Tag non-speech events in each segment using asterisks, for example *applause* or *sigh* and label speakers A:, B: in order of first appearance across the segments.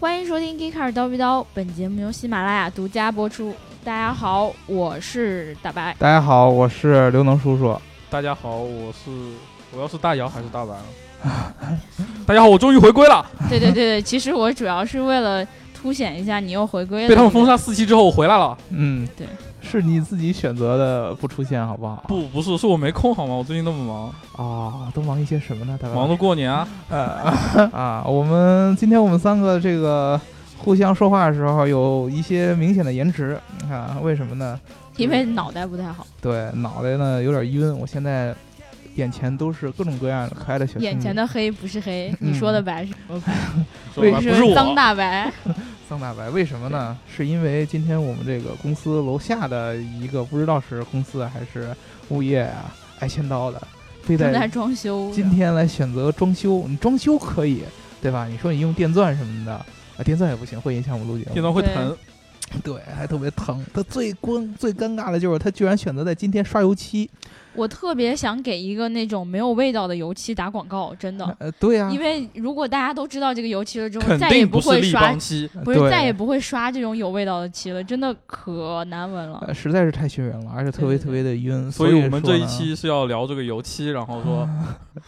A: 欢迎收听《g e e k a r 叨逼叨》，本节目由喜马拉雅独家播出。大家好，我是大
B: *laughs*
A: 白。
C: 大家好，我是刘能叔叔。
B: 大家好，我是我要是大姚还是大白？啊 *laughs* 大家好，我终于回归了。
A: 对对对对，其实我主要是为了凸显一下你又回归了。
B: 被他们封杀四期之后，我回来了。
C: 嗯，
A: 对，
C: 是你自己选择的不出现，好不好？
B: 不，不是，是我没空好吗？我最近那么忙，
C: 啊，都忙一些什么呢？大白，
B: 忙着过年啊。
C: 呃 *laughs* 啊！我们今天我们三个这个互相说话的时候有一些明显的延迟啊，为什么呢？
A: 因为脑袋不太好，
C: 对，脑袋呢有点晕，我现在眼前都是各种各样的可爱的小生
A: 眼前
C: 命
A: 的黑不是黑，
C: 嗯
A: 你说的白是
B: 说白
C: 为
B: 了
C: 什
B: 不是
A: 是张
B: 我，
A: 大
B: *laughs*
A: 白。
C: 桑大白，为什么呢？是因为今天我们这个公司楼下的一个不知道是公司还是物业啊，挨千刀的，非
A: 正在
C: 得
A: 装修，
C: 今天来选择装修。你装修可以，对吧？你说你用电钻什么的啊，电钻也不行，会影响我们录节
B: 电
C: 目。
B: 脑会
A: 对
B: 疼。
C: 对，还特别疼。他最关最尴尬的就是他居然选择在今天刷油漆。
A: 我特别想给一个那种没有味道的油漆打广告，真的，
C: 呃，对呀、
A: 哦因为如果大家都知道这个油漆了之后，
B: 肯
A: 再也
B: 定不是
A: 会
B: 立
A: 刷
B: 邦，漆，
A: 不是
C: 呃对
A: 再也不会刷这种有味道的漆了，真的可难闻
B: 哎
A: 了。
C: 呃，实在是太熏人了，而且特别
A: 对对对
C: 特别的晕。
B: 所
C: 以
B: 以我们
C: 说
B: 这一
C: 呢
B: 期是要聊这个油漆，然后说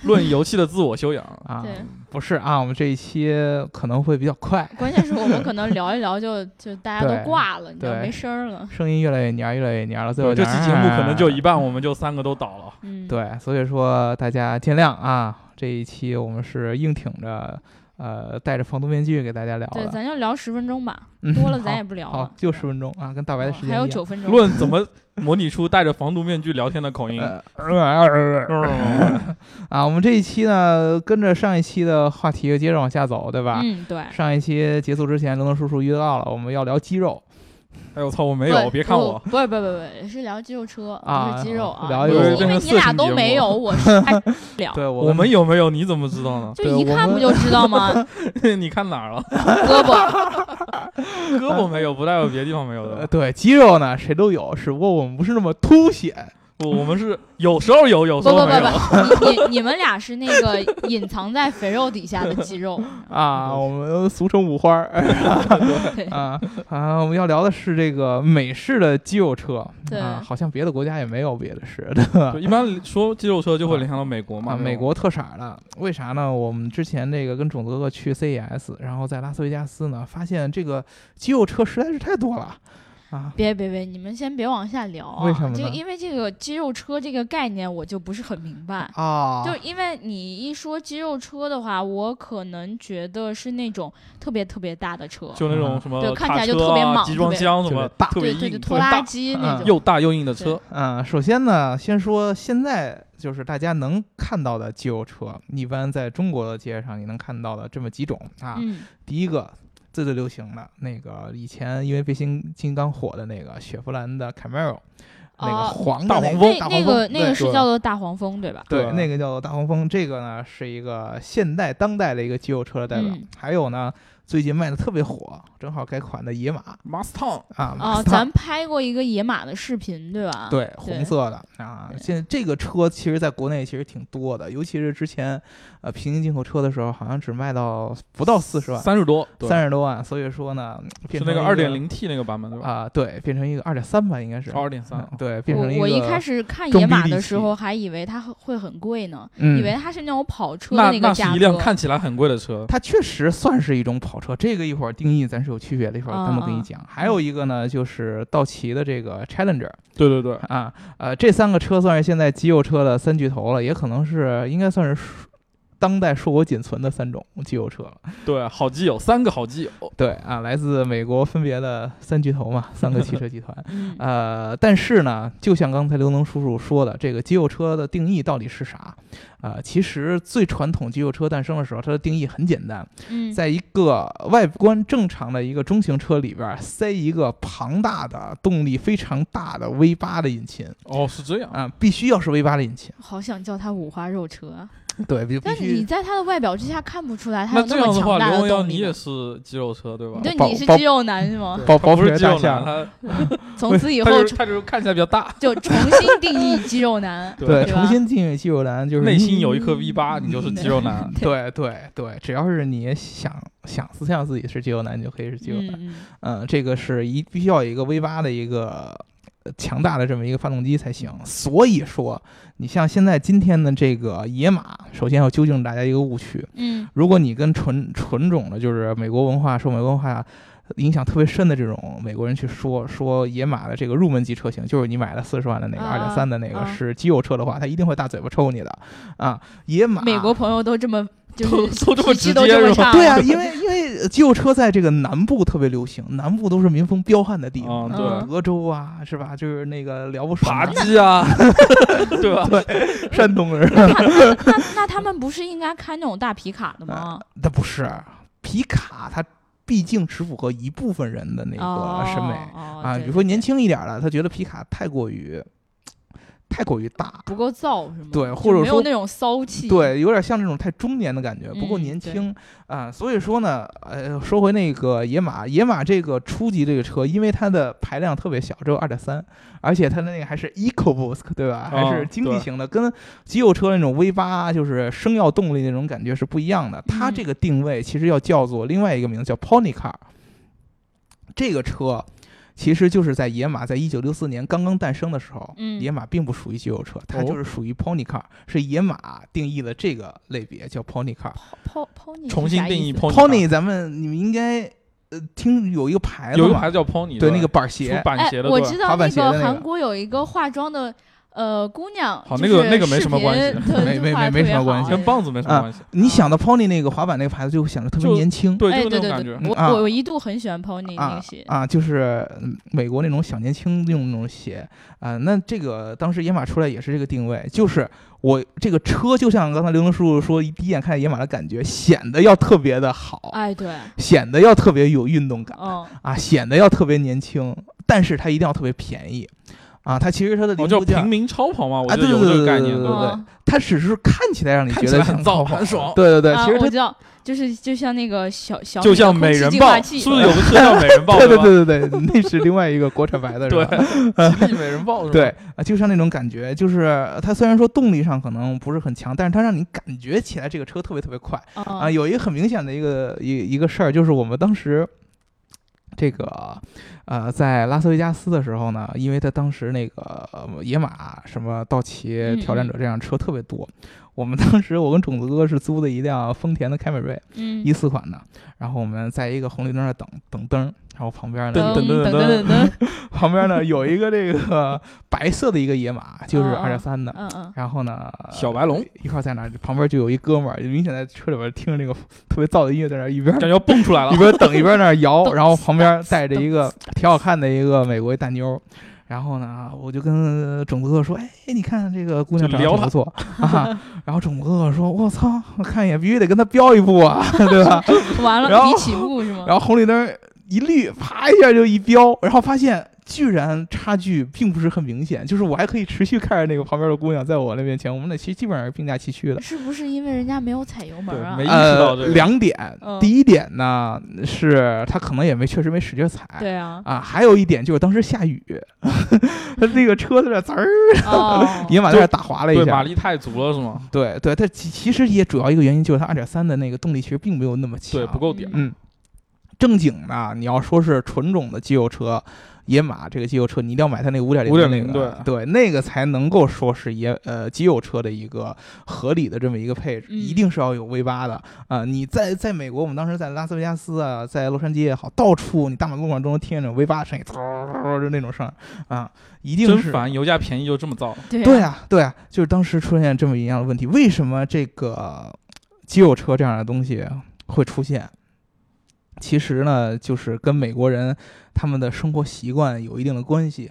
B: 论油漆的自我修养。
C: 啊
A: 对，
C: 不是啊，我们这一期可能会比较快，
A: 关键是我们可能聊一聊就就大家
C: 对
A: 都挂了，你知道
C: 对
A: 没声儿了。
C: 声音越来越黏，越来越黏了，最后
B: 对，这期节目可能就一
C: 半。
B: 半，我们就三个都倒
A: *laughs*
B: 了。
A: 嗯，，
C: 对，所以说大家见谅啊，这一期我们是硬挺着，呃，戴着防毒面具给大家聊
A: 对，
C: 的，
A: 咱就聊十分钟吧，
C: 嗯
A: 多了咱也不聊
C: 好
A: 了，。
C: 就十分钟啊，跟大白的
A: 哦
C: 时间一
A: 还有
C: 样。
A: 九分钟，
B: 论怎么模拟出戴着防毒面具聊天的口音。
C: 呃呃
B: 嗯
C: 啊，我们这一期呢，跟着上一期的话题接着往下走，对吧？
A: 嗯，对，
C: 上一期结束之前，刘能叔叔预告了，我们要聊肌肉
B: 哎呦我操，我没
A: 没
B: 有，别看我。
A: 不不是不是不是不是，是聊肌肉车，
C: 啊
A: 不是肌肉啊，
C: 聊一
A: 因为
C: 聊
A: 因为你俩都没有，
C: *laughs*
A: 我是爱不了，
C: 对，
B: 我
C: 我
B: 们有没有？你怎么知道呢？
A: 就一看不就知道
C: *laughs*
A: 吗？
B: *laughs* 你看哪儿了？
A: 胳膊，
B: 胳膊没有，不代表别的地方没有
C: 呃 *laughs*
B: 的。
C: 对肌肉呢，谁都有，只不过我们不是那么凸显。
B: 我我们是有时候有，有
A: 不
B: 时
A: 不
B: 候没有。
A: 不不，你你你们俩是那个隐藏在肥肉底下的肌肉，
C: *laughs* 啊，我们俗称五 *laughs* 花儿
A: 对
C: 啊啊！我们要聊的是这个美式的肌肉车，
A: 对
C: 啊，好像别的国家也没有别的事的
B: *laughs* 对一般说肌肉车就会联想到美国嘛，
C: 啊，
B: 对吧
C: 美国特色儿的。为啥呢？我们之前这个跟种子哥哥去 CES，然后在拉斯维加斯呢，发现这个肌肉车实在是太多了啊。
A: 别别别，你们先别往下聊啊！
C: 为什么呢
A: 就因为这个肌肉车这个概念，我就不是很明白。
C: 啊，
A: 就因为你一说肌肉车的话，我可能觉得是那种特别特别大的车，
B: 就那种什么
A: 对看起来
B: 卡车
A: 就特别
B: 啊、
A: 莽
B: 集装箱什么
C: 嗯特别大
B: 特别
A: 对对
B: 硬
A: 对，、拖拉
B: 特别大
A: 机那
C: 嗯
A: 种。
B: 又大又硬的车。
C: 嗯，首先呢，先说现在就是大家能看到的肌肉车，一般在中国的街上你能看到的这么几种啊。
A: 嗯，
C: 第一个最最流行的那个，以前因为变形金刚火的那个雪佛兰的 Camaro，、那个
A: 哦
C: 黄的
B: 大
C: 那
B: 黄
C: 个
B: 蜂
A: 那
C: 大
A: 那
C: 黄
A: 个
C: 蜂
A: 那个
C: 对
A: 是叫做大黄蜂对吧？
C: 对
B: 对
C: 那个叫做大黄蜂。这个呢是一个现代当代的一个肌肉车的代表。
A: 嗯
C: 还有呢，最近卖的特别火，正好该款的野马
B: Mustang，
C: 啊，马
B: *laughs*
A: 哦，
C: 自达
A: 咱拍过一个野马的视频对吧？
C: 对，红色的啊。
A: 对
C: 现在这个车其实在国内其实挺多的，尤其是之前呃平行进口车的时候，好像只卖到不到四十万，
B: 三十多，对
C: 三十多万，所以说呢，变
B: 是
C: 成
B: 那
C: 一个
B: 个二点零 T 那个版本对吧？
C: 啊，对，变成一个二点三吧，应该是
B: 二点三啊
C: 嗯，对，变成
A: 我
C: 一个
A: 我一开始看野马的时候还以为它会很贵呢，
C: 嗯
A: 以为它是那种跑车
B: 那
A: 的个
B: 那是
A: 价格。
B: 一辆看起来很贵的车。
C: 它确实算是一种跑车，这个一会儿定义咱是有区别的，一会儿
A: 啊
C: 单独跟
A: 啊
C: 你讲。还有一个呢，就是道奇的这个 Challenger
B: 对对对，
C: 啊，呃，这三个车算是现在肌肉车的三巨头了，也可能是应该算是数当代硕果仅存的三种肌肉车了。
B: 对，好基友，三个好基友。
C: 对啊，来自美国分别的三巨头嘛，三个汽车集团。
A: 嗯，
B: 啊
C: 呃，但是呢，就像刚才刘能叔叔说的，这个肌肉车的定义到底是啥？呃，其实最传统肌肉车诞生的时候，它的定义很简单，
A: 嗯
C: 在一个外观正常的一个中型车里边儿塞一个庞大的、动力非常大的 V 八的引擎
B: 哦，是这样。 *laughs*
C: 啊、必须要是 V 八的引擎。
A: 好想叫它五花肉车啊，
C: 对，必必
A: 但你
C: 须
A: 在它的外表之下看不出来它
B: 那
A: 有
B: 这
A: 么
B: 样的话，
A: 强大
B: 刘
A: 的
B: 梦瑶
A: 动
B: 你
A: 力
B: 也
A: 的。
B: 是肌肉车对吧
A: 你？对，
C: 保
A: 你是
C: 保
A: 肌肉男是吗？
C: 包
B: 他
C: 包
B: 不
C: 皮
B: 是
C: 儿
B: 肌
C: 大
B: 肉
C: 象
B: 男，，他
A: 从此以
B: 他
A: 后
B: 就是他就是看起来比较大，。
A: 就重新定义肌肉男
B: *laughs*
A: 对
C: 对，重
A: 吧
C: 新定义肌肉男就是
B: 内心
C: 你
B: 有一颗 V
A: 嗯
B: 八，你就是肌肉男。
C: *laughs* 对对对，只要是你想想思想自己是肌肉男，你就可以是肌肉男。
A: 嗯
C: 嗯这个是一必须要有一个 V 八的一个呃强大的这么一个发动机才行。所以说，你像现在今天的这个野马，首先要纠正大家一个误区：
A: 嗯
C: 如果你跟纯纯种的，就是美国文化受美国文化影响特别深的这种美国人去说说野马的这个入门级车型，就是你买了四十万的那个二
A: 啊
C: 点三的那个
A: 啊
C: 是肌肉车的话，他一定会大嘴巴抽你的啊！野马
A: 嗯，美国朋友都这
B: *laughs*
A: 么就
B: 都
A: 是
B: 都这么
A: 脾
B: 直
A: 气都
B: 接
A: 这么
B: 是吧
A: 差，*laughs*
C: 对啊，
B: *laughs*
C: 因为因为肌肉车在这个南部特别流行，南部都是民风彪悍的地方，
B: 啊，
A: 嗯
B: 对，
C: 德州啊，是吧？就是那个辽不
B: 扒
C: 爽的
B: 鸡啊， *laughs* 对吧？
C: 山东人， *laughs*
A: 那那他们不是应该开那种大皮卡的吗？
C: 他不是皮卡，它毕竟只符合一部分人的那个审美、
A: 哦
C: 啊。比如说年，轻一点的，他觉得皮卡太过于太过于大，
A: 对对对不够燥是吗？
C: 对
A: 就
C: 或者
A: 没有
C: 说
A: 那种骚气。，
C: 对，有点像这种太中年的感觉，不够
A: 嗯
C: 年
A: 对
C: 轻啊、所以说呢，呃，说回那个野马，野马这个初级这个车，因为它的排量特别小，只有二点三，而且它的那个还是 EcoBoost，对吧？还是
B: 啊
C: 经济
B: 对
C: 型的，跟肌肉车那种 V 八就是生要动力那种感觉是不一样的。它
A: 嗯
C: 这个定位其实要叫做另外一个名字叫 Pony Car，这个车。其实就是在野马在一九六四年刚刚诞生的时候，
A: 嗯
C: 野马并不属于肌肉车，它
B: 哦
C: 就是属于 pony car，是野马定义的这个类别叫 pony car。
A: 抛抛 *laughs* 你
B: 重新定义 pony，
C: pony 咱们你们应该呃听有一个牌子
B: 有一个
C: 嘛
B: 牌子叫 pony，
C: 对那个板儿
B: 出
C: 鞋，
B: 板鞋的，
A: 哎，我
B: 对
A: 知道
C: 滑板鞋的那个
A: 韩国有一个化妆的呃姑娘，
B: 好
A: 就是
B: 那个那个没什么
A: 视频
B: 关系
A: 特
C: 没没
A: 画得
C: 没
A: 特别
C: 什么
A: 好
C: 关系
B: 跟棒子没什
C: 啊
B: 么关系。
C: 你想到 pony 那个滑板那个牌子，就会想着特别
B: 就
C: 年轻，
B: 对，
A: 哎，
B: 就是
A: 对
B: 那种
A: 对
B: 感
A: 对
C: 嗯
B: 觉，。
A: 我
C: 啊
A: 我一度很喜欢 pony 那
C: 啊
A: 个鞋，
C: 啊，就是嗯美国那种小年轻用那种鞋啊。那这个当时野马出来也是这个定位，就是我这个车就像刚才刘能叔叔说，一第一眼看见野马的感觉，显得要特别的好，
A: 哎，对，
C: 显得要特别有运动感。
A: 嗯，
C: 啊，显得要特别年轻，但是它一定要特别便宜啊。它其实它的零
B: 哦，叫
C: 部件
B: 平
C: 儿，
B: 民超跑嘛，我
C: 啊
B: 觉得
C: 对
B: 有
C: 对
B: 这
C: 对
B: 个概念，
C: 对
B: 吧
C: 对
A: 嗯
C: 它只是看起来让你
B: 看
C: 觉
B: 起
C: 得
B: 来很
C: 像
B: 燥
C: 超
B: 很
C: 跑
B: 爽
C: 对对对，
A: 啊
C: 其实
A: 我
C: 它
A: 知道，就是就像那个小小
B: 就
A: 米的
B: 像
A: 空
B: 美
A: 气
B: 人
A: 净化
B: 豹，
A: 器
B: 是不是有个车叫美
C: *laughs*
B: 人豹？
C: 对
B: 对
C: 对对对对，那是另外一个国产牌子，是
B: 对
C: 吧？
B: 吧，吉利美人豹是吧？
C: 对啊，就像那种感觉，就是它虽然说动力上可能不是很强，但是它让你感觉起来这个车特别特别快啊。
A: 啊
C: 有一个很明显的一个一一个事儿，就是我们当时。这个，呃，在拉斯维加斯的时候呢，因为他当时那个呃野马什么道奇
A: 嗯
C: 挑战者这样车特别多，我们当时我跟种子哥是租的一辆丰田的凯美瑞
A: 嗯
C: 一四款的，然后我们在一个红绿灯那儿等等灯，然后旁边
B: 噔
C: 呢
A: 噔
B: 噔噔
A: 噔
B: 噔
A: 噔噔，
C: 旁边呢有一个这个白色的一个野马，就是
A: 嗯
C: 二点三的，
A: 嗯嗯，
C: 然后呢
B: 小白龙
C: 一块儿在那儿旁边就有一哥们儿，就明显在车里边听着那个特别燥的音乐，在那儿一边
B: *laughs* 感觉要蹦出来了
C: 一。边等一边那儿
B: *laughs*
C: 摇，
A: 咚
C: 然后旁边带着一个挺好看的一个美国大妞儿。然后呢，我就跟种子哥说：“哎，你看这个姑娘
B: 就
C: 长得
B: 撩
C: 挺不错
B: *laughs*
C: 啊。”然后种子哥说：“我操，我看一眼必须得跟她飙一步
B: *laughs*
C: 啊，对吧
A: 完
C: 然
A: 了
C: 后
A: 你起雾是？”吗？
C: 然后红绿灯一绿，啪一下就一飙，然后发现居然差距并不是很明显，就是我还可以持续看着那个旁边的姑娘在我那面前，我们俩其实基本上是并驾齐驱的。
A: 是不是因为人家没有踩油门
B: 对
A: 啊？
B: 没意识到
C: 呃
B: 这，个
C: 两点，
A: 嗯
C: 第一点呢是他可能也没确实没使劲踩，
A: 对啊，
C: 啊，还有一点就是当时下雨，他那个车在那滋儿， *laughs*
A: 哦，
C: 野马在那打滑 *laughs* 了一
B: 对，马
C: 下。
B: 力太足了是吗？
C: 对对，它其其实也主要一个原因就是它二点三的那个动力其实并没有那么强。
B: 对，不够点。
C: 嗯，正经的你要说是纯种的肌肉车，野马这个肌肉车，你一定要买它那个五点零
B: 5.0
C: 那个，对那个才能够说是野呃肌肉车的一个合理的这么一个配置，
A: 嗯
C: 一定是要有 V 八的啊、你在在美国，我们当时在拉斯维加斯啊，在洛杉矶也好，到处你大马路上都能听见那种 V 八的声音，嗖就那种声儿啊，一定
B: 真
C: 是。
B: 烦，油价便宜就这么造，
A: 对
C: 对
A: 啊，
C: 啊，对啊，就是当时出现这么一样的问题，为什么这个肌肉车这样的东西会出现？其实呢，就是跟美国人他们的生活习惯有一定的关系。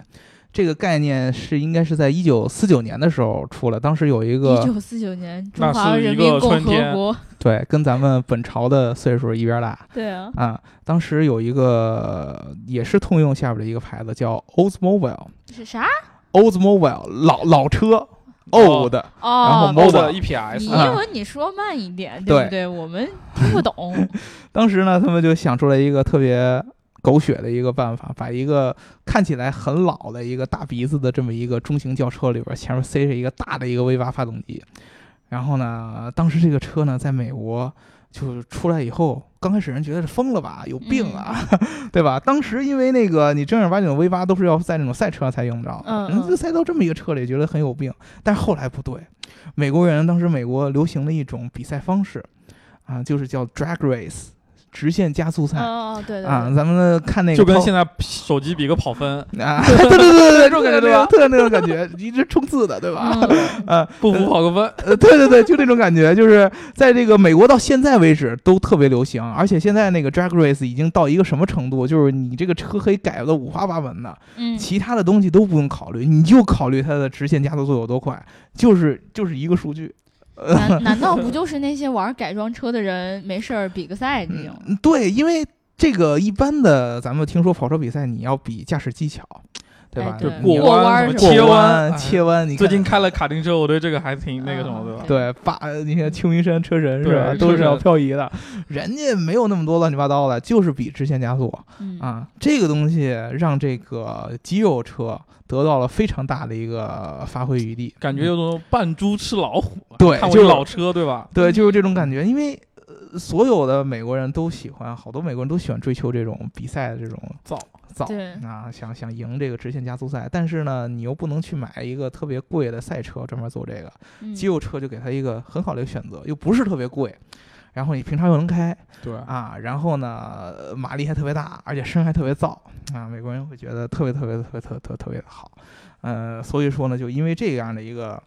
C: 这个概念是应该是在一九四九年的时候出了，当时有一
A: 一
C: 个
A: 九四九年
B: 那
A: 中华
B: 是一
A: 人
B: 个
A: 民共
B: 春
A: 和
B: 天
A: 国，
C: 对跟咱们本朝的岁数一边大
A: 对啊，
C: *laughs* 啊，当时有一个也是通用下边的一个牌子叫 Oldsmobile。
A: 是啥？
C: Oldsmobile 老老车哦的，
A: 哦，
C: 然后
A: 不
C: 猫
B: 猫
C: 的
B: 的
A: 你
B: E EPS，
C: 嗯
A: 英文你说慢一点，对不
C: 对
A: 对？我们听不懂。
C: 当时呢，他们就想出了一个特别狗血的一个办法，把一个看起来很老的一个大鼻子的这么一个中型轿车里边，前面塞着一个大的一个 V 八发动机。然后呢，当时这个车呢，在美国就出来以后，刚开始人觉得是疯了吧，有病啊，
A: 嗯
C: *laughs* 对吧？当时因为那个你正儿八经的 V 八都是要在那种赛车上才用得着的，
A: 嗯
C: 人
A: 嗯
C: 就塞到这么一个车里，觉得很有病。但是后来不对，美国人当时美国流行了一种比赛方式，啊，就是叫 drag race 直线加速赛、
A: 哦哦，对对
C: 啊。
A: 对，
C: 咱们看那个
B: 就跟
C: 跑
B: 现在手机比个跑分，
C: 啊，对对对对对，
B: 这种感
C: 对
B: 觉对吧
C: 特别那种感觉，一直冲刺的，对吧？
A: 嗯
C: 啊，
B: 不服跑个分。
C: 呃，对对对，就这种感觉，就是在这个美国到现在为止都特别流行，而且现在那个 drag race 已经到一个什么程度，就是你这个车可以改的五花八门的，
A: 嗯，
C: 其他的东西都不用考虑，你就考虑它的直线加速度有多快，就是就是一个数据。
A: 难难道不就是那些玩改装车的人没事儿比个赛这种？
C: 嗯，对，因为这个一般的，咱们听说跑车比赛，你要比驾驶技巧，对
A: 哎
C: 吧？
A: 对
C: 就
A: 过
C: 你要
A: 弯
B: 弯
A: 儿
B: 什
A: 是
B: 么
A: 吧
B: 切
C: 过弯、
B: 哎
C: 切弯，你
B: 最
C: 看
B: 近开了卡丁车，我对这个还挺那个什么，
A: 啊
B: 对吧？
C: 对，把你看秋名山车神是吧，
B: 对
C: 都
B: 车
C: 是
B: 神
C: 要漂移的，人家没有那么多乱七八糟的，就是比直线加速
A: 嗯，
C: 啊。这个东西让这个肌肉车得到了非常大的一个发挥余地，
B: 感觉有种扮猪吃老虎啊，
C: 对
B: 看我
C: 哎就是
B: 这老车，对吧？
C: 对，就是这种感觉，因为。呃所有的美国人都喜欢，好多美国人都喜欢追求这种比赛的这种
B: 造
C: 造
A: 对
C: 啊，想想赢这个直线加速赛，但是呢，你又不能去买一个特别贵的赛车专门做这个，
A: 嗯
C: 肌肉车就给他一个很好的一个选择，又不是特别贵，然后你平常又能开
B: 对
C: 啊，然后呢呃马力还特别大，而且声还特别燥啊，美国人会觉得特别特别特别特别特别特别的好，呃，所以说呢，就因为这样的一个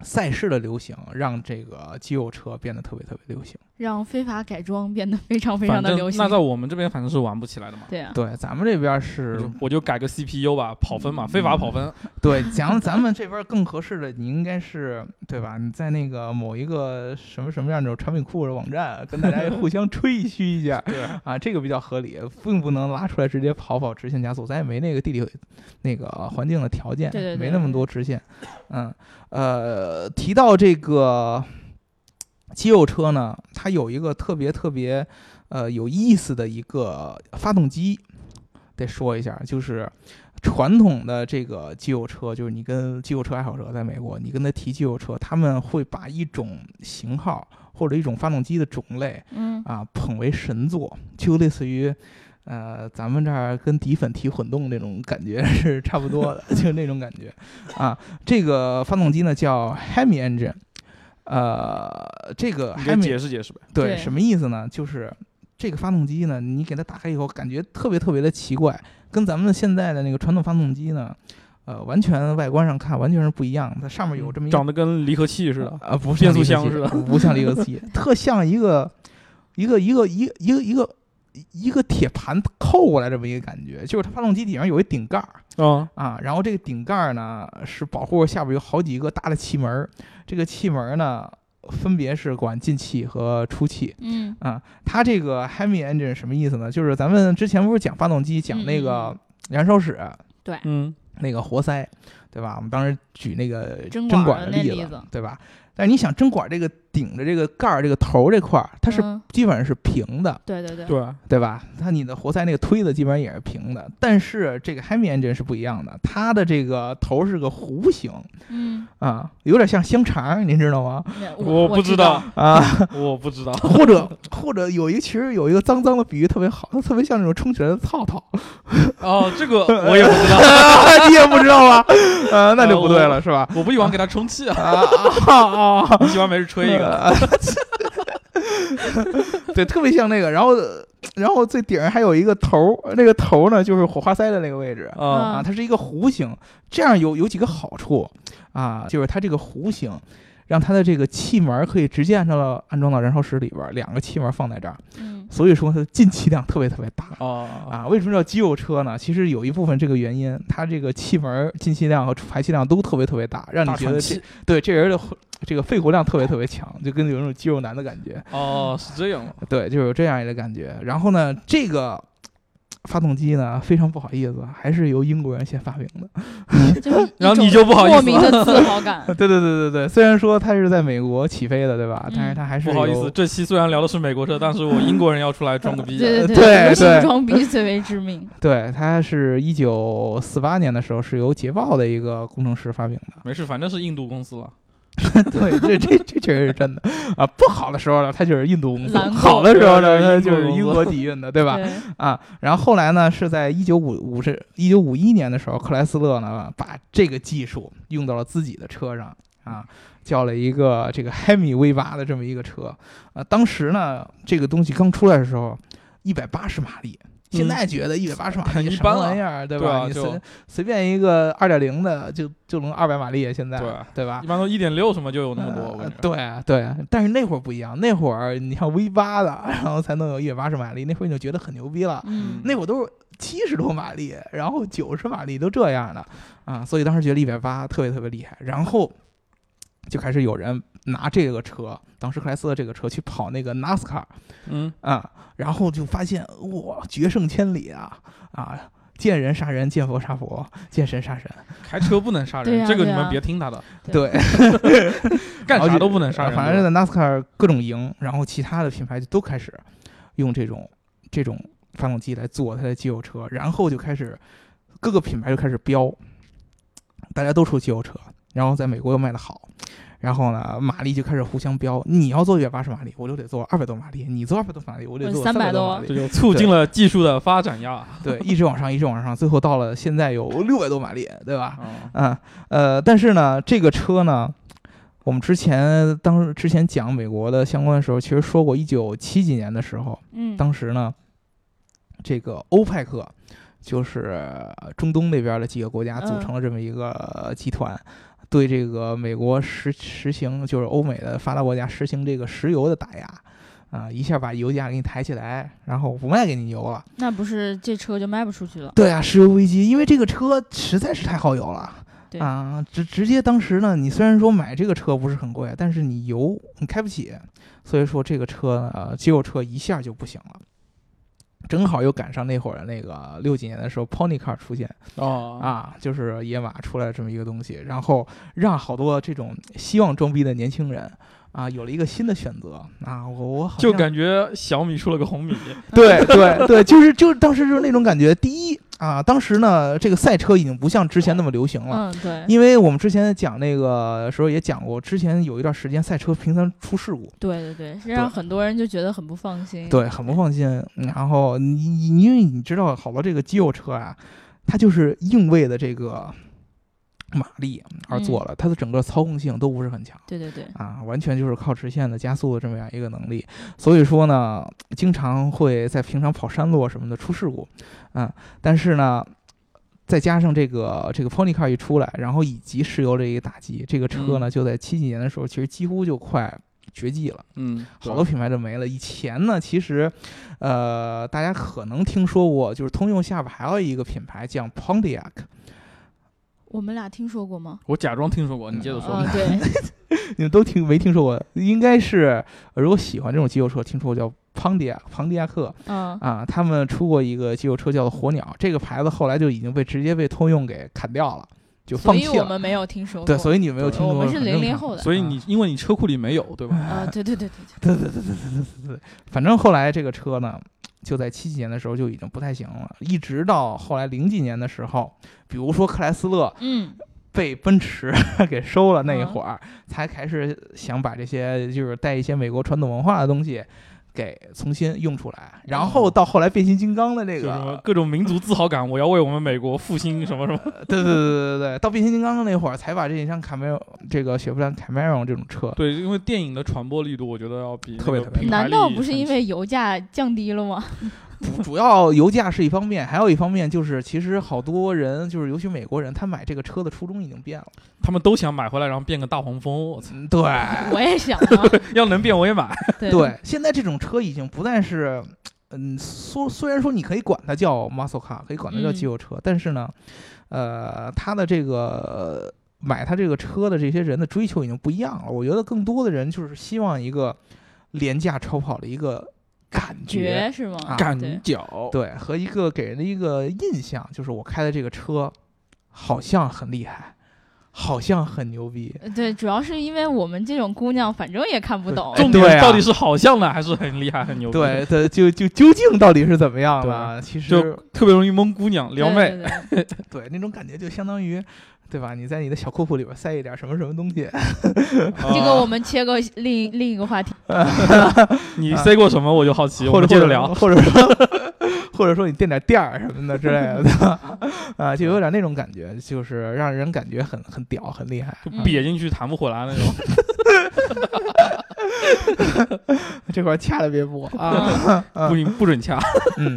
C: 赛事的流行，让这个肌肉车变得特别特别流行。
A: 让非法改装变得非常非常
B: 反
A: 的
B: 正
A: 流行
B: 那。在我们这边反正是玩不起来的嘛。
A: 对啊，
C: 对，咱们这边
B: 我
C: 是
B: 就我就改个 CPU 吧，跑分嘛，非法跑分。
C: *laughs* 对，讲咱们这边儿更合适的，你应该是对吧？你在那个某一个什么什么样的产品库的网站，跟大家互相吹嘘一下
B: 对，
C: 啊，这个比较合理，并不能拉出来直接跑跑直线加速，咱也没那个地理那个环境的条件，
A: 对对对
C: 没那么多直线。嗯，呃，提到这个肌肉车呢，它有一个特别特别呃有意思的一个发动机，得说一下，就是传统的这个肌肉车，就是你跟肌肉车爱好者在美国，你跟他提肌肉车，他们会把一种型号或者一种发动机的种类
A: 嗯，
C: 啊捧为神作，就类似于。呃，咱们这儿跟底粉提混动那种感觉是差不多的，就是那种感觉啊。这个发动机呢叫 Hemi engine，呃，这个
B: 你给
C: Hemi
B: 解释解释呗。
C: 对
A: 对
C: 什么意思呢？就是这个发动机呢，你给它打开以后，感觉特别特别的奇怪，跟咱们现在的那个传统发动机呢，呃，完全外观上看完全是不一样。它上面有这么一
B: 长得跟离合器似的，
C: 啊，不是
B: 变速
C: 像离合
B: 箱
C: 器， *laughs* 不像离合器，特像一个一个一个一个一个一个一个铁盘扣过来这么一个感觉，就是它发动机顶上有一顶盖儿。
B: 嗯，
C: 啊，然后这个顶盖儿呢是保护下边有好几个大的气门儿，这个气门儿呢分别是管进气和出气，
A: 嗯，
C: 啊，它这个 Hemi engine 什么意思呢？就是咱们之前不是讲发动机，讲那
A: 嗯
C: 个燃烧室、
B: 嗯，
C: 那个活塞，对吧？我们当时举那个
A: 针管
C: 针管
A: 儿
C: 的
A: 那
C: 例
A: 例
C: 子，
A: 子
C: 对吧？但是你想，针管这个顶着这个盖儿这个头儿这块儿，它是
A: 嗯
C: 基本上是平的，
A: 对对对，
B: 对，
C: 对吧？它你的活塞那个推子基本上也是平的，但是这个 Hemi engine 是不一样的，它的这个头儿是个弧形
A: 嗯，
C: 啊，有点像香肠儿，您知道吗？
A: 那
B: 我不
A: 知
B: 知道，
C: 啊，
B: *laughs* 我不知道。
C: 或者或者有一个其实有一个脏脏的比喻特别好，它特别像那种冲起来的套套，
B: 哦，这个 *laughs* 我也不
C: *laughs*
B: 知道，
C: 啊你也不知道吧？
B: *laughs*
C: 呃，那就不对了，是吧？
B: 啊我不喜欢给它充
C: *laughs*
B: 气啊，
C: 啊啊啊！ *laughs*
B: 你喜欢没事吹一个。
C: 个，对，特别像那个，然后然后最顶上还有一个头儿，那个头儿呢就是火花塞的那个位置
B: 啊，
C: 啊，它是一个弧形，这样有有几个好处啊，就是它这个弧形。让它的这个气门儿可以直接按照到安装到燃烧室里边儿，两个气门儿放在这儿，
A: 嗯
C: *laughs* 所以说它的进气量特别特别大
B: 哦，
C: 啊。为什么叫肌肉车呢？其实有一部分这个原因，它这个气门儿进气量和排气量都特别特别大，让你
B: 大
C: 觉得这
B: 喘气。
C: 对这人的活这个肺活量特别特别强，就跟有那种肌肉男的感觉。
B: 哦，是这样吗？
C: 对，就有这样一个感觉。然后呢，这个发动机呢，非常不好意思，还是由英国人先发明的。。
A: 就是
B: 然后
A: 一种
B: 你就不好意思
A: 莫名的自豪感
C: 对对对对对，虽然说它是在美国起飞的，对吧？
A: 嗯
C: 但是它还是
B: 不好意
C: 有
B: 思，这期虽然聊的是美国车，但是我英国人要出来装个逼。啊
A: 对对
C: 对
A: 不
C: 对
A: 是装逼最为致命。
C: 对，它是一九四八年的时候是由捷豹的一个工程师发明 *laughs* 的。
B: 没事，反正是印度公司了。
C: 对，这这这确实是真的啊！不好的时候呢，它就是印度公司
A: 蓝；购
C: 好的时候呢，它
B: 对
C: 就是英
B: 英国
C: 国底蕴的，对吧？
A: 对，
C: 啊，然后后来呢，是在一九五五是一九五一年的时候，克莱斯勒呢把这个技术用到了自己的车上啊，叫了一个这个 Hemi V 八的这么一个车。啊，当时呢，这个东西刚出来的时候，一百八十马力。现
B: 嗯
C: 在觉得一百八十马
B: 很
C: 力
B: 一
C: 什
B: 般
C: 么
B: 了
C: 玩意儿，对
B: 对
C: 吧？
B: 啊
C: 你
B: 就
C: 随随便一个二点零的就就能二百马力，现在
B: 对
C: 对吧
B: 一？般都一点六什么就有那么多，我
C: 呃
B: 感
C: 对
B: 觉。
C: 对，但是那会儿不一样，那会儿你像 V 八的，然后才能有一百八十马力，那会儿你就觉得很牛逼了。
A: 嗯，
C: 那会儿都是七十多马力，然后九十马力都这样的啊，所以当时觉得一百八特别特别厉害。然后就开始有人拿这个车，当时克莱斯勒这个车去跑那个 NASCAR
B: 嗯，
C: 啊，然后就发现哇，决胜千里啊啊！见人杀人，见佛杀佛，见神杀神，
B: 开车不能杀
A: 对
B: 人，
A: 呀
B: 这个你
A: 对啊
B: 们
A: 呀
B: 别听他的，
C: 对，
B: 干
C: 然后
B: 啥
C: 就
B: 都不 *laughs* 能杀人。
C: 反正
B: 对吧
C: 在 NASCAR 各种赢，然后其他的品牌就都开始用这种这种发动机来做它的肌肉车，然后就开始各个品牌就开始标，大家都出肌肉车，然后在美国又卖的好。然后呢，马力就开始互相标，你要做一百八十马力，我就得做二百多马力；你做二百多马力，我得
A: 我
C: 做
A: 300
C: 300
A: 多
C: 马力
B: 这。就促进了技术的发展呀。 *laughs*
C: 对，一直往上，一直往上，最后到了现在有六百多马力，对吧？
B: 啊，
C: 啊，呃，但是呢，这个车呢，我们之前当时之前讲美国的相关的时候，其实说过，一九七几年的时候，
A: 嗯，
C: 当时呢，这个欧派克。就是呃中东那边的几个国家组
A: 嗯
C: 成了这么一个呃集团，对这个美国实实行就是欧美的发达国家实行这个石油的打压，啊、一下把油价给你抬起来，然后我不卖给你油了，
A: 那不是这车就卖不出去了。
C: 对啊，石油危机，因为这个车实在是太耗油了。
A: 对
C: 啊，直直接当时呢，你虽然说买这个车不是很贵，但是你油你开不起，所以说这个车呢呃，肌肉车一下就不行了。正好又赶上那会儿的那个六几年的时候，Pony Car 出现
B: 哦，
C: 啊，就是野马出来这么一个东西，然后让好多这种希望装逼的年轻人啊，有了一个新的选择啊，我我好
B: 就
C: 像
B: 感觉小米出了个红米，
C: 对对对，就是就是当时就是那种感觉。第一啊，当时呢，这个赛车已经不像之前那么流行了，
A: 嗯，对
C: 因为我们之前讲那个时候也讲过，之前有一段时间赛车频繁出事故，
A: 对对对，是让很多人就觉得很不放心。
C: 对，很不放心。然后你你因为你知道，好多这个肌肉车啊，它就是硬为的这个马力而做了，它的整个操控性都不是很强。
A: 对对对，
C: 啊，完全就是靠直线的加速的这么样一个能力。所以说呢，经常会在平常跑山路什么的出事故，啊，但是呢。再加上这个这个 Pony Car 一出来，然后以及石油这一个打击，这个车呢就在七几年的时候，其实几乎就快绝迹了，
B: *laughs* 嗯，
C: 好多品牌都没了。以前呢，其实，呃，大家可能听说过，就是通用下边还有一个品牌叫 Pontiac，
A: 我们俩听说过吗？
B: 我假装听说过，你接着说
A: 嗯，。对，
C: 你们都听没听说过？应该是呃如果喜欢这种肌肉车，听说过叫庞迪亚庞迪亚克
A: 嗯，
C: 啊，他们出过一个肌肉车叫做火鸟，这个牌子后来就已经被直接被通用给砍掉了，就
A: 所
C: 放
A: 以
C: 弃
A: 我
C: 了。
A: 们没有听说过。
C: 对，所以你没有
A: 我
C: 听说过。
A: 们是
C: 很正
A: 零零
C: 常
A: 后的。
B: 所以你因为你车库里没有，对吧？
A: 啊，对对
C: *laughs*
A: 对对对，
C: 对对对对对对对，反正后来这个车呢，就在七几年的时候就已经不太行了，一直到后来零几年的时候，比如说克莱斯勒
A: 嗯，
C: 被奔驰 *laughs* 给收了那一会儿，才开始想把这些就是带一些美国传统文化的东西给重新用出来，
A: 嗯
C: 然后到后来变形金刚的这
B: 就什么
C: 个，
B: 各种民族自豪感，我要为我们美国复兴什么什 *laughs* 么。
C: 呃 *laughs* 对对对对对对，到变形金刚的那会儿才把这像卡梅隆这个雪佛兰凯美瑞这种车，
B: 对，因为电影的传播力度，我觉得要比
C: 特别
B: 那个
C: 特别
B: 品牌
A: 难道
B: 力
A: 不是
B: 很
A: 因为油价降低了 *laughs* 吗？
C: 主主要油价是一方面，还有一方面就是其实好多人就是尤其美国人，他买这个车的初衷已经变了。
B: 他们都想买回来，然后变个大黄蜂？我操，
C: 嗯对
A: 我也想啊。
C: *laughs*
B: 要能变我也买。
A: 对
C: 对，现在这种车已经不再是，嗯，说虽然说你可以管它叫 muscle car，可以管它叫肌肉车，但是呢，呃，它的这个买它这个车的这些人的追求已经不一样了。我觉得更多的人就是希望一个廉价超跑的一个。
A: 感
C: 觉
A: 是吗？
C: 啊
B: 感
A: 对
B: 脚，
C: 对，和一个给人的一个印象就是我开的这个车好像很厉害，好像很牛逼。
A: 呃对，主要是因为我们这种姑娘，反正也看不懂。
B: 哎重
C: 对
B: 点
C: 啊
B: 到底是好像呢，还是很厉害很牛逼？
C: 对，对，就就究竟到底是怎么样了？其
B: 就
C: 实
B: 特别容易蒙姑娘撩
A: 对
B: 妹。
A: 对
C: 啊
A: 对
C: 对那种感觉就相当于，对吧？你在你的小裤裤里边塞一点什么什么东西，
A: 这
B: 这
A: 个我们切个另另一个话题。
B: 你塞过什么，我就好奇，我
C: 或者
B: 们接
C: 或
B: 着
C: 者
B: 聊。
C: 或者说 *laughs* 或者说你垫点垫儿什么的之类的，对吧啊，就有点那种感觉，就是让人感觉很很屌，很厉害。
A: 嗯
B: 瘪进去弹不回来那种，
C: 这块儿掐了别播啊，
A: 嗯，
B: 不行不准掐。
C: 嗯，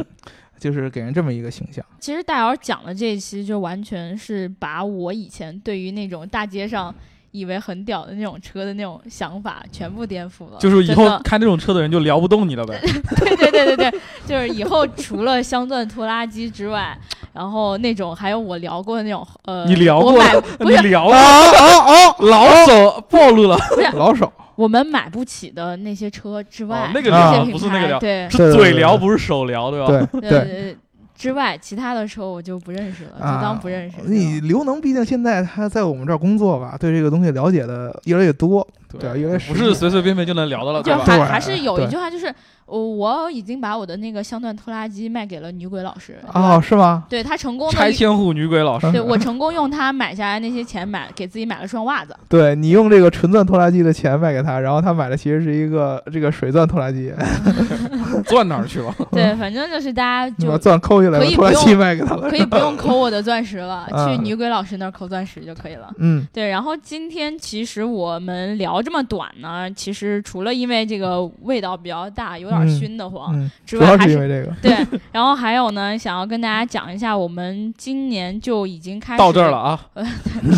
C: 就是给人这么一个形象。
A: 其实大姚讲的这一期，就完全是把我以前对于那种大街上以为很屌的那种车的那种想法全部颠覆了。
B: *laughs* 就是以
A: 真
B: 后
A: 的
B: 开那种车的人就撩不动你了呗。
A: 对对对对对，就是以后除了镶钻拖拉机之外，然后那种还有我聊过的那种呃，
B: 你聊
A: 我
B: 过 *laughs*
A: 买， *laughs* 不
B: 你
A: 是
B: 聊
C: 哦
B: 了，
C: 哦
B: 啊老手暴露了，
C: 哦，老手
A: 我们买不起的那些车之外，
B: 哦那
A: 这
B: 个
C: 聊
A: 些品
B: 不是那个
A: 牌
B: 聊
A: 对
B: 是
C: 对对对
B: 嘴
C: 对
B: 聊不是手聊，对吧？
C: 对
A: 对
B: *laughs*
C: 对。
A: 对之外，其他的车我就不认识了，
C: 啊
A: 就当不认识。
C: 你刘能毕竟现在他在我们这儿工作吧，对这个东西了解的越来越多，对越来越
B: 不
C: 熟
B: 啊是
C: 悉
B: 随随便便就能聊到了，
A: 就
B: 对
C: 对
B: 吧？
A: 还还是有一
C: 对
A: 句话，就是我我已经把我的那个镶钻拖拉机卖给了女鬼老师，
C: 哦，是吗？
A: 对她成功
B: *laughs* 拆
A: 的，
B: 迁户女鬼老师， *laughs*
A: 对我成功用它买下来那些钱买给自己买了双
B: *laughs*
A: 袜子，
C: 对你用这个纯钻拖拉机的钱卖给他，然后他买的其实是一个这个水钻拖拉机，
B: 钻哪儿去了？
A: 对，反正就是大家
C: 把
A: *laughs* 就
C: 钻抠下来，
A: 可
C: 把
A: 以
C: 拖拉
A: 不用
C: 机卖给他了
A: 可。以不用抠我的钻石
C: *laughs*
A: 了，
C: 嗯
A: 去女鬼老师那儿抠钻石就可以了。
C: 嗯，
A: 对，然后今天其实我们聊这么短呢，其实除了因为这个味道比较大，有点
C: 嗯
A: 熏得慌
C: 嗯，
A: 之
C: 主
A: 外，
C: 要
A: 还
C: 是因
A: 哦是
C: 为这个。
A: 对，然后还有呢，想要跟大家讲一下，我们今年就已经开始
B: 到这儿了，啊，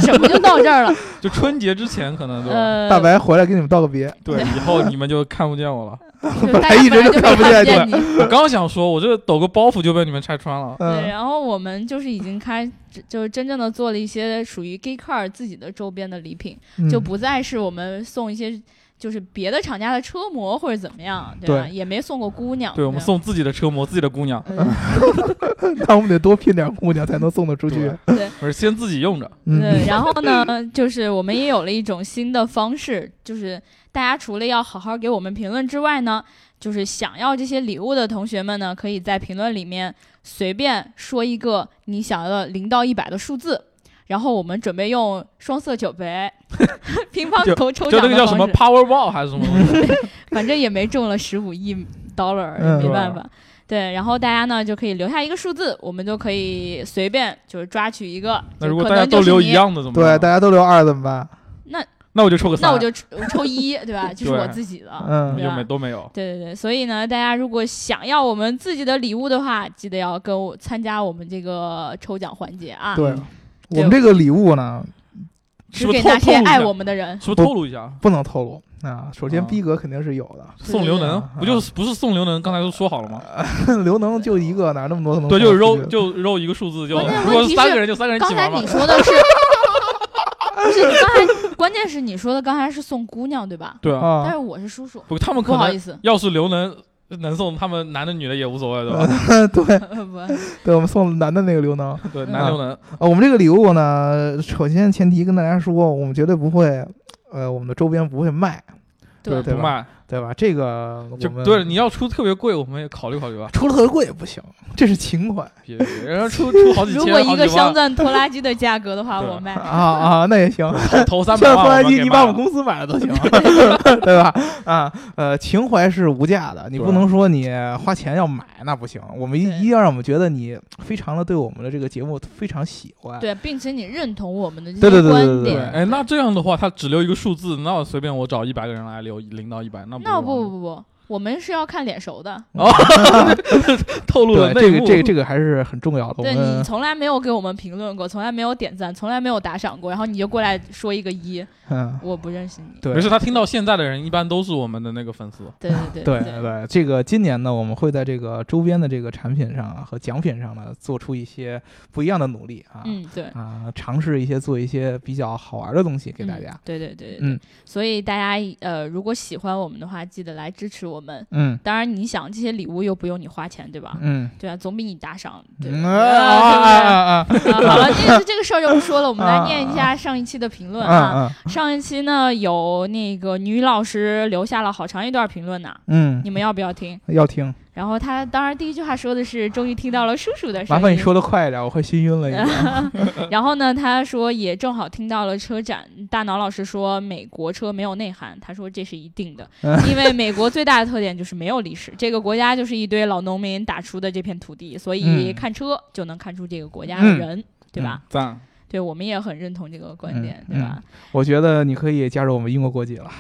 A: 什么就到这儿
C: *laughs*
A: 了？
B: 就春节之前可能就
A: 呃，
C: 嗯大白回来给你们道个别，
B: 对，以后你们就看不见我了。
A: 就是
C: 本
A: 大
C: 来
A: 家
C: 一直
A: 本来
C: 都
A: 就
C: 看
A: 没
C: 不
A: 看见
C: 见
A: 你。
B: 我刚想说，我这抖个包袱就被你们拆穿了。
A: 对，
C: 嗯，
A: 然后我们就是已经开，就是真正的做了一些属于 Gay Car 自己的周边的礼品，
C: 嗯 *laughs*
A: 就不再是我们送一些就是别的厂家的车模或者怎么样，对吧？
C: 对
A: 也没送过姑娘，
B: 对我们
A: 吧。
B: 送自己的车模，自己的姑娘，
A: 嗯
C: 那我们得多聘点姑娘才能送得出去
B: 对。我是先自己用着。
C: 嗯
A: 对，，然后呢，就是我们也有了一种新的方式，就是大家除了要好好给我们评论之外呢，就是想要这些礼物的同学们呢，可以在评论里面随便说一个你想要的零到一百的数字，然后我们准备用双色酒杯、 *laughs* 乒乓球抽
B: 就
A: 奖
B: 那个
A: 的
B: 叫什么
A: 方式，
B: Powerball 还是什么东
A: *laughs*
B: 西？
A: 反正也没中了十五亿 dollar，
C: 嗯
A: 也没办法。对，然后大家呢就可以留下一个数字，我们就可以随便就是抓取一个。就
B: 那如果
A: 可
B: 大家
A: 能就
B: 都
A: 是
B: 留
A: 你
B: 一样的怎么
C: 对，
B: 办？
C: 大，家都留二怎么办？
B: 那我就抽个三，
A: 那我就抽抽一，对吧？就是
B: 对
A: 我自己的。
C: 嗯
B: 你就没都没有。
A: 对对对，所以呢，大家如果想要我们自己的礼物的话，记得要跟我参加我们这个抽奖环节啊！
C: 对，
A: 对
C: 我们这个礼物呢
B: 是
A: 只
B: 不是
A: 给
B: 透
A: 那些
B: 透露一
A: 爱
B: 下
A: 我们的
B: *laughs*
A: 人。
B: 是不是透露一下？
C: 不能透露啊。首先
A: 哦
B: 啊
C: 逼格肯定是有的，
B: 送刘能
C: 对对对
B: 不就是不是送刘能？刚才都说好了吗？
C: 呃刘能就一个，哪那么多能？
B: 对，就是揉就揉一个数字就，
A: 关键
B: 如果
A: 问题
B: 是三
A: 是
B: 个人就三个人一
A: 刚
B: 起
A: 才
B: 玩嘛 *laughs*
A: 你。说的是，不是你刚才，关键是你说的刚才是送姑娘对吧？
B: 对啊，
A: 但
C: 啊
A: 是，我是叔叔，
B: 不过他们
A: 不
B: 可
A: 好
B: 能
A: 意
B: *laughs*
A: 思，
B: 要是刘能能送他们男的女的也无
C: *laughs*
B: 所谓，对
C: 啊
B: 吧？
C: 对
A: 不，
C: 对，我们送男的那个刘能。啊
B: 对，男刘能，
C: 呃，我们这个礼物呢，首先前提跟大家说，我们绝对不会，呃，我们的周边不会卖，
A: 对
C: 对
B: 不
C: 吧？
B: 卖
C: 对吧？这个我
B: 就
C: 们
B: 对，你要出特别贵，我们也考虑考虑吧。
C: 出了特别贵也不行， *laughs* 这是情怀
B: 别
A: *laughs*
B: 别，人家出出好几
A: 如
B: 千，
A: 果一
B: 好
A: 个
B: 几
A: 镶
B: 万，
A: 钻拖拉机的价格的话，
B: 对
A: 我卖。
C: 啊啊，那也行。
B: 投投三百
C: 像
B: 万，
C: 拖拉机，
B: 我
C: 你
B: 们
C: 把我
B: 给
C: 们
B: 卖了
C: 公司买了都行， *laughs* 对吧？啊，呃，情怀是无价的，你
B: 对
C: 不能说你花钱要买，那不行。我们一
A: 对
C: 一定要让我们觉得你非常的对我们的这个节目非常喜
A: *laughs*
C: 欢。
A: 对，并且你认同我们的这
C: 对对
A: 些
C: 对对
A: 观
C: 对对
A: 点，
B: 哎，那这样的话，他只留一个数字，那随便我找一百个人来留零到一百，那
A: 那
B: 那
A: 不不不不，我们是要看脸熟的。
B: 哦，透露了
C: 对，这
B: 内
C: 个
B: 幕，
C: 这个这个还是很重要的。我
A: 对你
C: 们
A: 从来没有给我们评论过，从来没有点赞，从来没有打赏过，然后你就过来说一个一，
C: 嗯，
A: 我不认识你。
C: 对
B: 没事，他听到现在的人一般都是我们的那个粉
C: *laughs*
B: 丝，
A: 对对对
C: 对
A: 对
C: 对，这个今年呢，我们会在这个周边的这个产品上啊和奖品上呢，做出一些不一样的努力啊。
A: 嗯对。
C: 啊，尝试一些做一些比较好玩的东西给大
A: 嗯
C: 家。
A: 对对对对对，
C: 嗯
A: 所以大家呃，如果喜欢我们的话，记得来支持我我们。
C: 嗯
A: 当然，你想这些礼物又不用你花钱，对吧？
C: 嗯
A: 对啊，总比你打赏对吧啊
C: 嗯啊啊
A: 对不对？啊
C: *laughs*
A: 好了，这这个事儿就不说了，我们来
C: 啊
A: 念一下上一期的评论
C: 啊
A: 啊。
C: 啊
A: 上一期呢，有那个女老师留下了好长一段评论呢，
C: 嗯
A: 你，们要不要听？
C: 要听，
A: 然后她当然第一句话说的是，终于听到了叔叔的声音。
C: 麻烦你说的快一点，我快晕晕了已
A: *laughs*
C: 经。
A: 然后呢，他说也正好听到了车展，大脑老师说美国车没有内涵，他说这是一定的，
C: 嗯
A: 因为美国最大的特点就是没有历史，这个国家就是一堆老农民打出的这片土地，所以
C: 嗯
A: 看车就能看出这个国家的人，对吧？
B: 赞，
A: 对，我们也很认同这个观点，
C: 嗯
A: 对吧？
C: 我觉得你可以加入我们英国国籍了。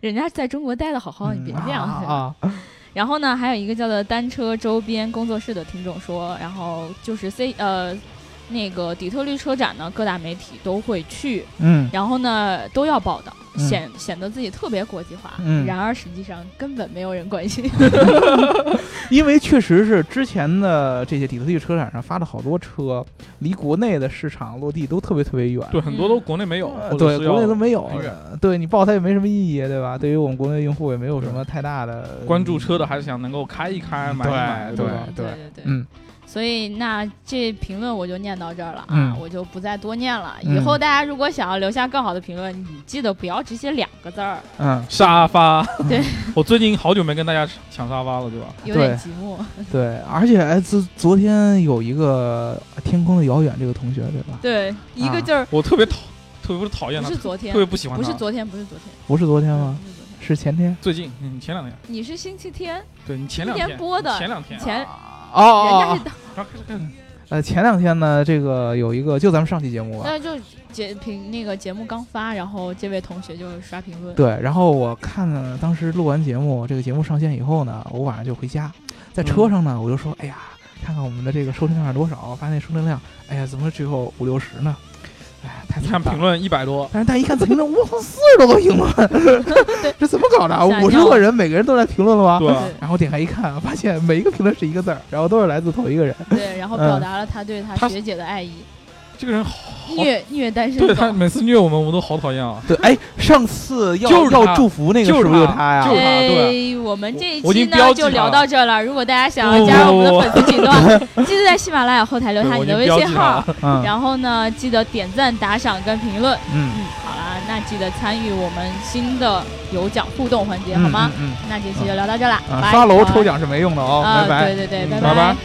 A: 人家在中国待的好好，你别这样。对吧
C: 啊啊！
A: 然后呢，还有一个叫做单车周边工作室的听众说，然后就是 C 呃。那个底特律车展呢，各大媒体都会去，
C: 嗯
A: 然后呢都要报道，
C: 嗯
A: 显显得自己特别国际化。
C: 嗯
A: 然而实际上根本没有人关心。
C: 因为确实是之前的这些底特律车展上发的好多车，离国内的市场落地都特别特别远。
B: 对，很多都国内没有，
C: 呃
B: 或者
C: 对，
B: 是
C: 国内都
B: 要
C: 没有
B: 很远，
C: 对你报它也没什么意义，对吧？对于我们国内用户也没有什么太大的
B: 关注车的，还是想能够开一开，买
A: *laughs*
B: 一买，
C: *laughs* 对
B: 吧？
A: 对对
C: 嗯
A: 所以那这评论我就念到这儿了啊，
C: 嗯
A: 我就不再多念了。
C: 嗯
A: 以后大家如果想要留下更好的评论，你记得不要只写两个字儿，
C: 嗯，
B: 沙发，
A: 对，
B: *laughs* 我最近好久没跟大家抢沙发了，对吧？
A: 有点
C: 对
A: 寂寞。
C: 对。而且哎，昨昨天有一个天空的遥远这个同学，对吧？
A: 对，一
C: 啊
A: 个劲儿、
B: 我特别讨，特别讨厌
A: 不
B: 他，
A: 是
B: 特
A: 昨天，
B: 别不喜欢
A: 不
B: 他。
A: 是昨天，不是昨天，
C: 不是昨天吗？
A: 不是昨天，
C: 是前天。
B: 最近，嗯，前两天，
A: 你是星期天
B: 对你前两
A: 今天播的
B: 前两天，啊
A: 前，哎人
C: 哦哦
A: 家
C: 哦
A: 是当，
B: 然后开始开始，
C: 呃，前两天呢，这个有一个就咱们上期节目吧，
A: 那就节评那个节目刚发，然后这位同学就刷评论。
C: 对。然后我看了当时录完节目，这个节目上线以后呢，我晚上就回家，在车上呢，我就说，哎呀，看看我们的这个收听量是多少，发现收听量，哎呀，怎么只有五六十呢？哎，太
B: 你
C: 惨了
B: 看评。论一百多，
C: 但是大家一看评论，我操，四十多个评 *laughs* 论，这怎么搞的啊？
A: 吓
C: 五十
A: 尿
C: 个人，每个人都在评论了吗？
B: 对吧？
A: 对
C: 然后点开一看，发现每一个评论是一个字儿，然后都是来自同一个人。
A: 对，然后表
C: 嗯
A: 达了他对他
B: 他
A: 学姐的爱意，
B: 这个人好，
A: 虐虐单身
B: 对
A: 狗
B: 他。每次虐我们，我们都好讨厌啊。
C: 对，哎，上次要
B: 就是他
C: 要祝福那个
B: 就是
C: 不是
B: 他
C: 他呀？
B: 就是他
A: 哎
B: 对，
A: 我们这一
B: 我已
A: 期
B: 经标
A: 呢
B: 记他
A: 就
B: 了哦
A: 聊到这儿了。如果大家想要加入我们的
B: *laughs*
A: 粉丝群的话，记得在喜马拉雅后台留下
B: 对我
A: 你
B: 已经
A: 的微
B: 标
A: 信
B: 记他
A: 号，
B: 了，
C: 嗯
A: 然后呢记得点赞、打赏跟评论。
C: 嗯，
A: 嗯，好啦，那记得参与我们新的有奖互动环节，好吗？
C: 嗯嗯
A: 那这期就聊到这儿啦，
C: 嗯，
A: 拜
C: 啊刷楼
A: 拜
C: 抽奖是没用的哦，
A: 啊，
C: 拜拜。
A: 对对对，
C: 嗯
A: 拜
B: 拜拜。